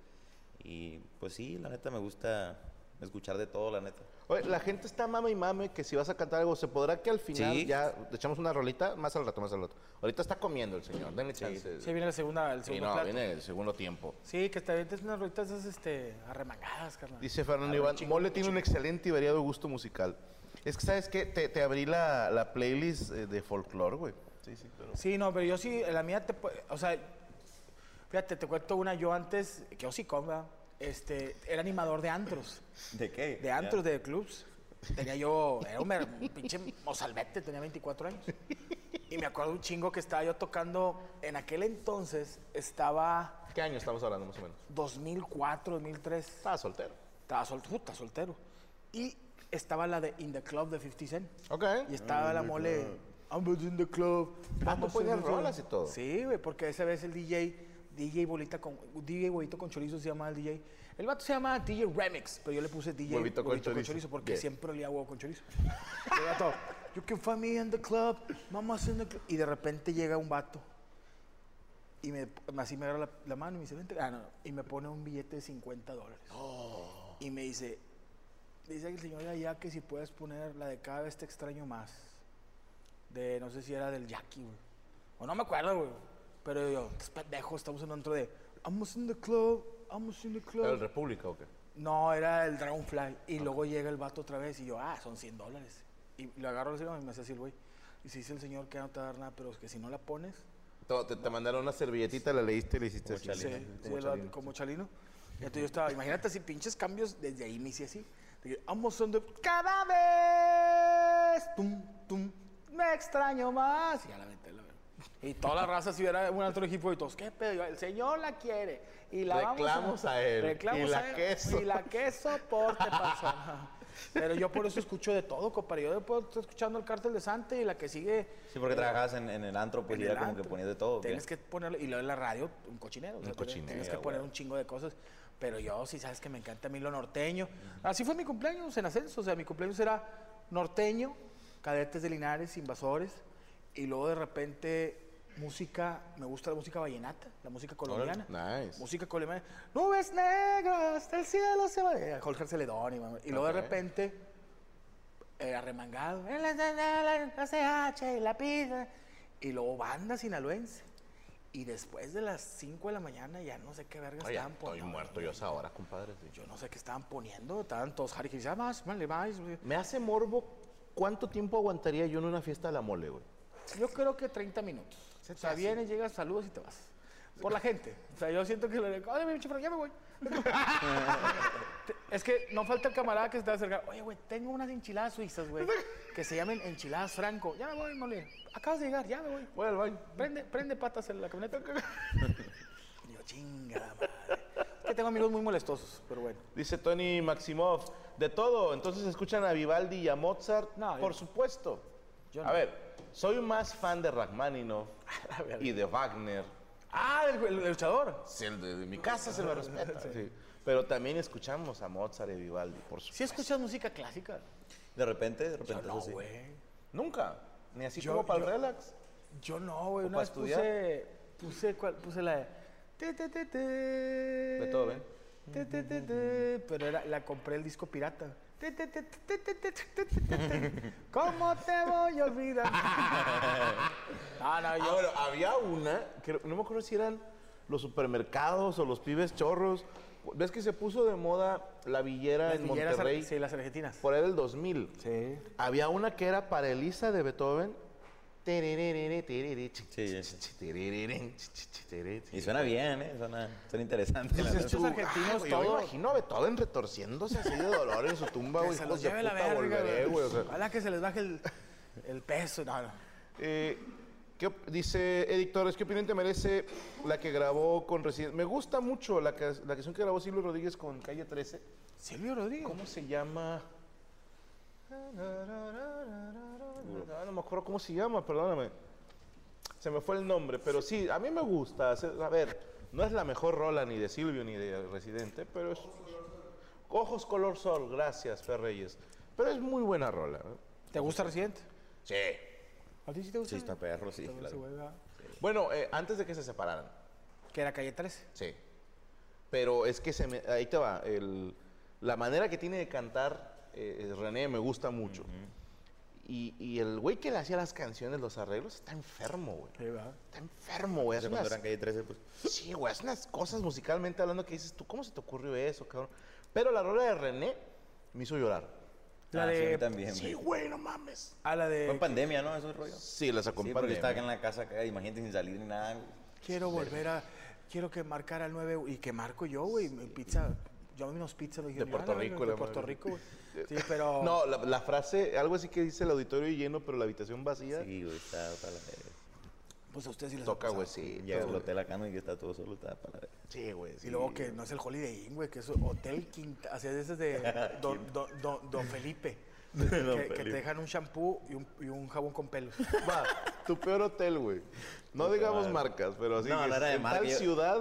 [SPEAKER 5] Y, pues, sí, la neta, me gusta escuchar de todo, la neta.
[SPEAKER 4] Oye, la gente está mame y mame que si vas a cantar algo, ¿se podrá que al final
[SPEAKER 5] Sí.
[SPEAKER 4] ya echamos una rolita? Más al rato, más al rato. Ahorita está comiendo el señor, denle chance.
[SPEAKER 3] Sí, viene la segunda, Ah, el
[SPEAKER 4] Sí,
[SPEAKER 3] segundo
[SPEAKER 4] no,
[SPEAKER 3] plato.
[SPEAKER 4] viene el segundo tiempo.
[SPEAKER 3] Sí, que te avientes unas rueditas esas, este, arremangadas, carnal.
[SPEAKER 4] Dice Fernando Iván, Mole tiene un excelente y variado gusto musical. Es que, ¿sabes qué? Te, te abrí la, la playlist eh, de folclore, güey. Sí, sí, pero...
[SPEAKER 3] Sí, no, pero yo sí, la mía te pue- O sea, Fíjate, te cuento una yo antes, que hocicón, ¿verdad? Este, era animador de antros.
[SPEAKER 5] ¿De qué?
[SPEAKER 3] De antros, de clubs. Tenía yo, era un mer- un pinche mozalbete, tenía 24 años. Y me acuerdo un chingo que estaba yo tocando, en aquel entonces estaba
[SPEAKER 4] ¿Qué año estamos hablando más o menos?
[SPEAKER 3] 2004, 2003.
[SPEAKER 4] Estaba soltero.
[SPEAKER 3] Estaba sol- puta, soltero. Y estaba la de In the Club de 50 Cent.
[SPEAKER 4] Ok.
[SPEAKER 3] Y estaba la mole. I'm in the club.
[SPEAKER 4] Ah,
[SPEAKER 3] Vamos
[SPEAKER 4] tú ponías
[SPEAKER 3] in the club".
[SPEAKER 4] rolas y todo.
[SPEAKER 3] Sí, güey, porque esa vez el DJ, DJ Bolita con, DJ Bolito con Chorizo se llamaba el DJ. El vato se llama DJ Remix, pero yo le puse DJ
[SPEAKER 4] Huevito con chorizo.
[SPEAKER 3] porque
[SPEAKER 4] Yeah.
[SPEAKER 3] siempre olía huevo con chorizo. Y el vato, you can find me in the club, mama's in the club. Y de repente llega un vato y me, así me agarra la, la mano y me dice, vente. Ah, no, no. Y me pone un billete de 50 dólares. Y me dice, dice el señor de allá que si puedes poner la de cada vez te extraño más. De, no sé si era del Jackie, güey. O no me acuerdo, güey. Pero yo, "Estás pendejo, estamos en un antro de, vamos in the club, vamos in the
[SPEAKER 4] ¿Era el
[SPEAKER 3] club.
[SPEAKER 4] República o qué?
[SPEAKER 3] No, era el Dragonfly. Y luego llega el vato otra vez y yo, ah, son 100 dólares. Y le agarro el señor y me hace así, el güey. Y si dice el señor que no te va a dar nada, pero es que si no la pones,
[SPEAKER 4] Te, te- te mandaron una servilletita, la leíste y le hiciste así.
[SPEAKER 3] Sí, sí, el vato, como Chalino. Y entonces yo estaba, imagínate así, pinches cambios, desde ahí me hice así. De que, Ambos son de cada vez, tum, tum, me extraño más. Y a la ventana, y toda la raza, si era un otro equipo y todos, ¿qué pedo? Y yo, El señor la quiere. Y la vamos
[SPEAKER 4] Reclamos a él,
[SPEAKER 3] Reclamos
[SPEAKER 4] y la
[SPEAKER 3] a él,
[SPEAKER 4] queso.
[SPEAKER 3] Y la queso, por te pasó. Pero yo por eso escucho de todo, compadre. Yo después estoy escuchando el cártel de Sante y la que sigue.
[SPEAKER 5] Sí, porque
[SPEAKER 3] eh,
[SPEAKER 5] trabajabas en, en el antro, pues
[SPEAKER 3] en
[SPEAKER 5] y
[SPEAKER 3] el
[SPEAKER 5] era como
[SPEAKER 3] antro.
[SPEAKER 5] que ponías de todo. ¿o qué?
[SPEAKER 3] Tienes que ponerlo, y luego en la radio, un cochinero. o sea, tienes-
[SPEAKER 4] cochinero,
[SPEAKER 3] Tienes que poner
[SPEAKER 5] güey.
[SPEAKER 3] un chingo de cosas. Pero yo, sí sabes que me encanta a mí lo norteño. Así fue mi cumpleaños en ascenso. O sea, mi cumpleaños era norteño, cadetes de Linares, invasores. Y luego de repente, música, me gusta la música vallenata, la música colombiana.
[SPEAKER 4] nice.
[SPEAKER 3] Música colombiana. Nubes negras, del cielo se va. eh, Jorge Celedón. Y, mamá. Y luego de
[SPEAKER 4] Ok.
[SPEAKER 3] repente, eh, arremangado, eh, la, la, la, la, la CH, la pizza, y luego banda sinaloense. Y después de las 5 de "Ah, la mañana ya no sé qué verga
[SPEAKER 4] Oye,
[SPEAKER 3] estaban
[SPEAKER 4] estoy
[SPEAKER 3] poniendo.
[SPEAKER 4] muerto yo a esa hora, compadre. sí.
[SPEAKER 3] Yo no sé qué estaban poniendo, estaban todos Harry Gibbs, ah, más, vale, más. güey.
[SPEAKER 4] Me hace morbo cuánto tiempo aguantaría yo en una fiesta de la mole, güey.
[SPEAKER 3] Yo creo que 30 minutos. o sea, vienes, llegas, saludas y te vas. Por la gente. O sea, yo siento que lo de, "Ay, pinche Frank, ya me voy. Te- es que no falta el camarada que se te va a acercar. Oye, güey, tengo unas enchiladas suizas, güey, que se llaman enchiladas Franco. Ya me voy, mole. Acabas de llegar, ya me voy.
[SPEAKER 4] Voy al baño.
[SPEAKER 3] Prende, prende patas en la camioneta. Y yo, chinga madre. Es que tengo amigos muy molestosos, pero bueno.
[SPEAKER 4] Dice Tony Maximov, de todo. Entonces escuchan a Vivaldi y a Mozart.
[SPEAKER 3] No, yo
[SPEAKER 4] por
[SPEAKER 3] no.
[SPEAKER 4] supuesto.
[SPEAKER 3] Yo
[SPEAKER 4] A
[SPEAKER 3] no.
[SPEAKER 4] ver, soy más fan de Rachmaninoff y de Wagner.
[SPEAKER 3] Ah, el, el- el luchador.
[SPEAKER 4] Sí, el de, de mi casa se lo respeta. sí. Pero también escuchamos a Mozart y Vivaldi, por supuesto.
[SPEAKER 3] ¿Sí escuchas música clásica?
[SPEAKER 5] De repente, de repente. eso sí.
[SPEAKER 4] Nunca. Ni así
[SPEAKER 3] Yo-
[SPEAKER 4] como para
[SPEAKER 3] yo-
[SPEAKER 4] el relax.
[SPEAKER 3] Yo no, güey.
[SPEAKER 4] ¿O
[SPEAKER 3] Una
[SPEAKER 4] pa'
[SPEAKER 3] vez
[SPEAKER 4] estudiar?
[SPEAKER 3] puse, puse, cuál- puse la de... Te, te, te, te.
[SPEAKER 4] Beethoven.
[SPEAKER 3] Te, te, te, te. Pero era, la compré el disco pirata. Te, te, te, te, te, te, te, te, te, te. ¿Cómo te voy a olvidar? Ah, no,
[SPEAKER 4] Ah,
[SPEAKER 3] yo...
[SPEAKER 4] bueno, había una, que no me acuerdo si eran los supermercados o los pibes chorros. ¿Ves que se puso de moda la villera
[SPEAKER 3] las
[SPEAKER 4] en
[SPEAKER 3] villeras ar-
[SPEAKER 4] Monterrey?
[SPEAKER 3] Sí, las argentinas.
[SPEAKER 4] Por ahí del 2000.
[SPEAKER 3] Sí.
[SPEAKER 4] Había una que era para Elisa de Beethoven. Tererere, terere, chi,
[SPEAKER 5] Sí,
[SPEAKER 4] chi,
[SPEAKER 5] sí.
[SPEAKER 4] chi, tererere, chi, chi, chi, terere, chi.
[SPEAKER 5] Y suena bien, ¿eh? Suena, suena interesante.
[SPEAKER 3] Pues
[SPEAKER 5] la
[SPEAKER 4] Dices
[SPEAKER 5] verdad.
[SPEAKER 4] tú,
[SPEAKER 3] Muchos argentinos,
[SPEAKER 4] "Ay, güey, yo me
[SPEAKER 3] todo".
[SPEAKER 4] imagino a Beethoven retorciéndose así de dolor en su tumba,
[SPEAKER 3] Que
[SPEAKER 4] güey.
[SPEAKER 3] se
[SPEAKER 4] hijos
[SPEAKER 3] los
[SPEAKER 4] de
[SPEAKER 3] lleve la
[SPEAKER 4] puta,
[SPEAKER 3] verga,
[SPEAKER 4] volveré, güey. o sea.
[SPEAKER 3] Ojalá que se les baje el, el peso. No, no.
[SPEAKER 4] Eh, ¿qué op- dice Eric Torres, ¿qué opinión te merece la que grabó con Resident? Me gusta mucho la, ca- la canción que grabó Silvio Rodríguez con Calle 13.
[SPEAKER 3] Silvio Rodríguez.
[SPEAKER 4] ¿Cómo se llama? Ah, No me acuerdo cómo se llama, perdóname. Se me fue el nombre, pero sí, a mí me gusta. se- A ver, no es la mejor rola ni de Silvio ni de Residente, pero es... Ojos color sol, gracias, Fer Reyes. Pero es muy buena rola. ¿no?
[SPEAKER 3] ¿Te gusta Residente?
[SPEAKER 4] Sí.
[SPEAKER 3] ¿A ti sí te gusta?
[SPEAKER 5] Sí, está perro, sí,
[SPEAKER 3] Todo ese
[SPEAKER 5] claro.
[SPEAKER 3] güey, ¿verdad?
[SPEAKER 4] Bueno, eh, antes de que se separaran.
[SPEAKER 3] Que era Calle 13.
[SPEAKER 4] Sí. Pero es que se me- ahí te va. el- la manera que tiene de cantar eh, eh, René me gusta mucho. y, y el güey que le hacía las canciones, los arreglos, está enfermo, güey.
[SPEAKER 3] Sí, ¿verdad?
[SPEAKER 4] Está enfermo, güey. hace
[SPEAKER 5] Entonces, cuando
[SPEAKER 4] unas-
[SPEAKER 5] eran calle 13, pues.
[SPEAKER 4] Sí, güey. Hace unas cosas musicalmente hablando que dices, ¿tú cómo se te ocurrió eso, cabrón? Pero la rola de René me hizo llorar.
[SPEAKER 3] La
[SPEAKER 5] ah, sí, a
[SPEAKER 3] de-
[SPEAKER 5] mí también.
[SPEAKER 4] Sí,
[SPEAKER 5] güey.
[SPEAKER 4] güey, no mames.
[SPEAKER 3] A la
[SPEAKER 5] Fue
[SPEAKER 3] de
[SPEAKER 5] en pandemia, ¿no? Eso es rollo.
[SPEAKER 4] Sí, las
[SPEAKER 5] Sí, porque yo
[SPEAKER 4] acompañé.
[SPEAKER 5] estaba acá en la casa, acá, imagínate, sin salir ni nada. güey.
[SPEAKER 3] quiero volver a
[SPEAKER 8] quiero que marcar al 9 y que marco yo, güey, mi pizza, yo menos pizza lo dije,
[SPEAKER 4] De
[SPEAKER 8] yo,
[SPEAKER 4] Puerto
[SPEAKER 8] "Ah, la verga,
[SPEAKER 4] Rico, la
[SPEAKER 8] de Puerto
[SPEAKER 4] madre".
[SPEAKER 8] Rico, güey. Sí, pero
[SPEAKER 4] No, la, la frase, algo así que dice el auditorio lleno, pero la habitación vacía.
[SPEAKER 5] Sí, güey, está para la verga.
[SPEAKER 8] pues a ustedes sí les ha
[SPEAKER 4] Toca,
[SPEAKER 8] pasado.
[SPEAKER 4] güey, sí.
[SPEAKER 5] Llega al hotel acá, no, y que está todo solo, está para la verga.
[SPEAKER 4] Sí, güey.
[SPEAKER 8] Y luego que no es el Holiday Inn, güey, que es Hotel Quinta, así es ese de Don, don, don- don Felipe. que, que te dejan un shampoo y un, y un jabón con pelos.
[SPEAKER 4] Va, tu peor hotel, güey. No digamos marcas, pero así.
[SPEAKER 5] No,
[SPEAKER 4] que
[SPEAKER 5] no era de
[SPEAKER 4] en
[SPEAKER 5] marca,
[SPEAKER 4] Tal
[SPEAKER 5] yo-
[SPEAKER 4] ciudad.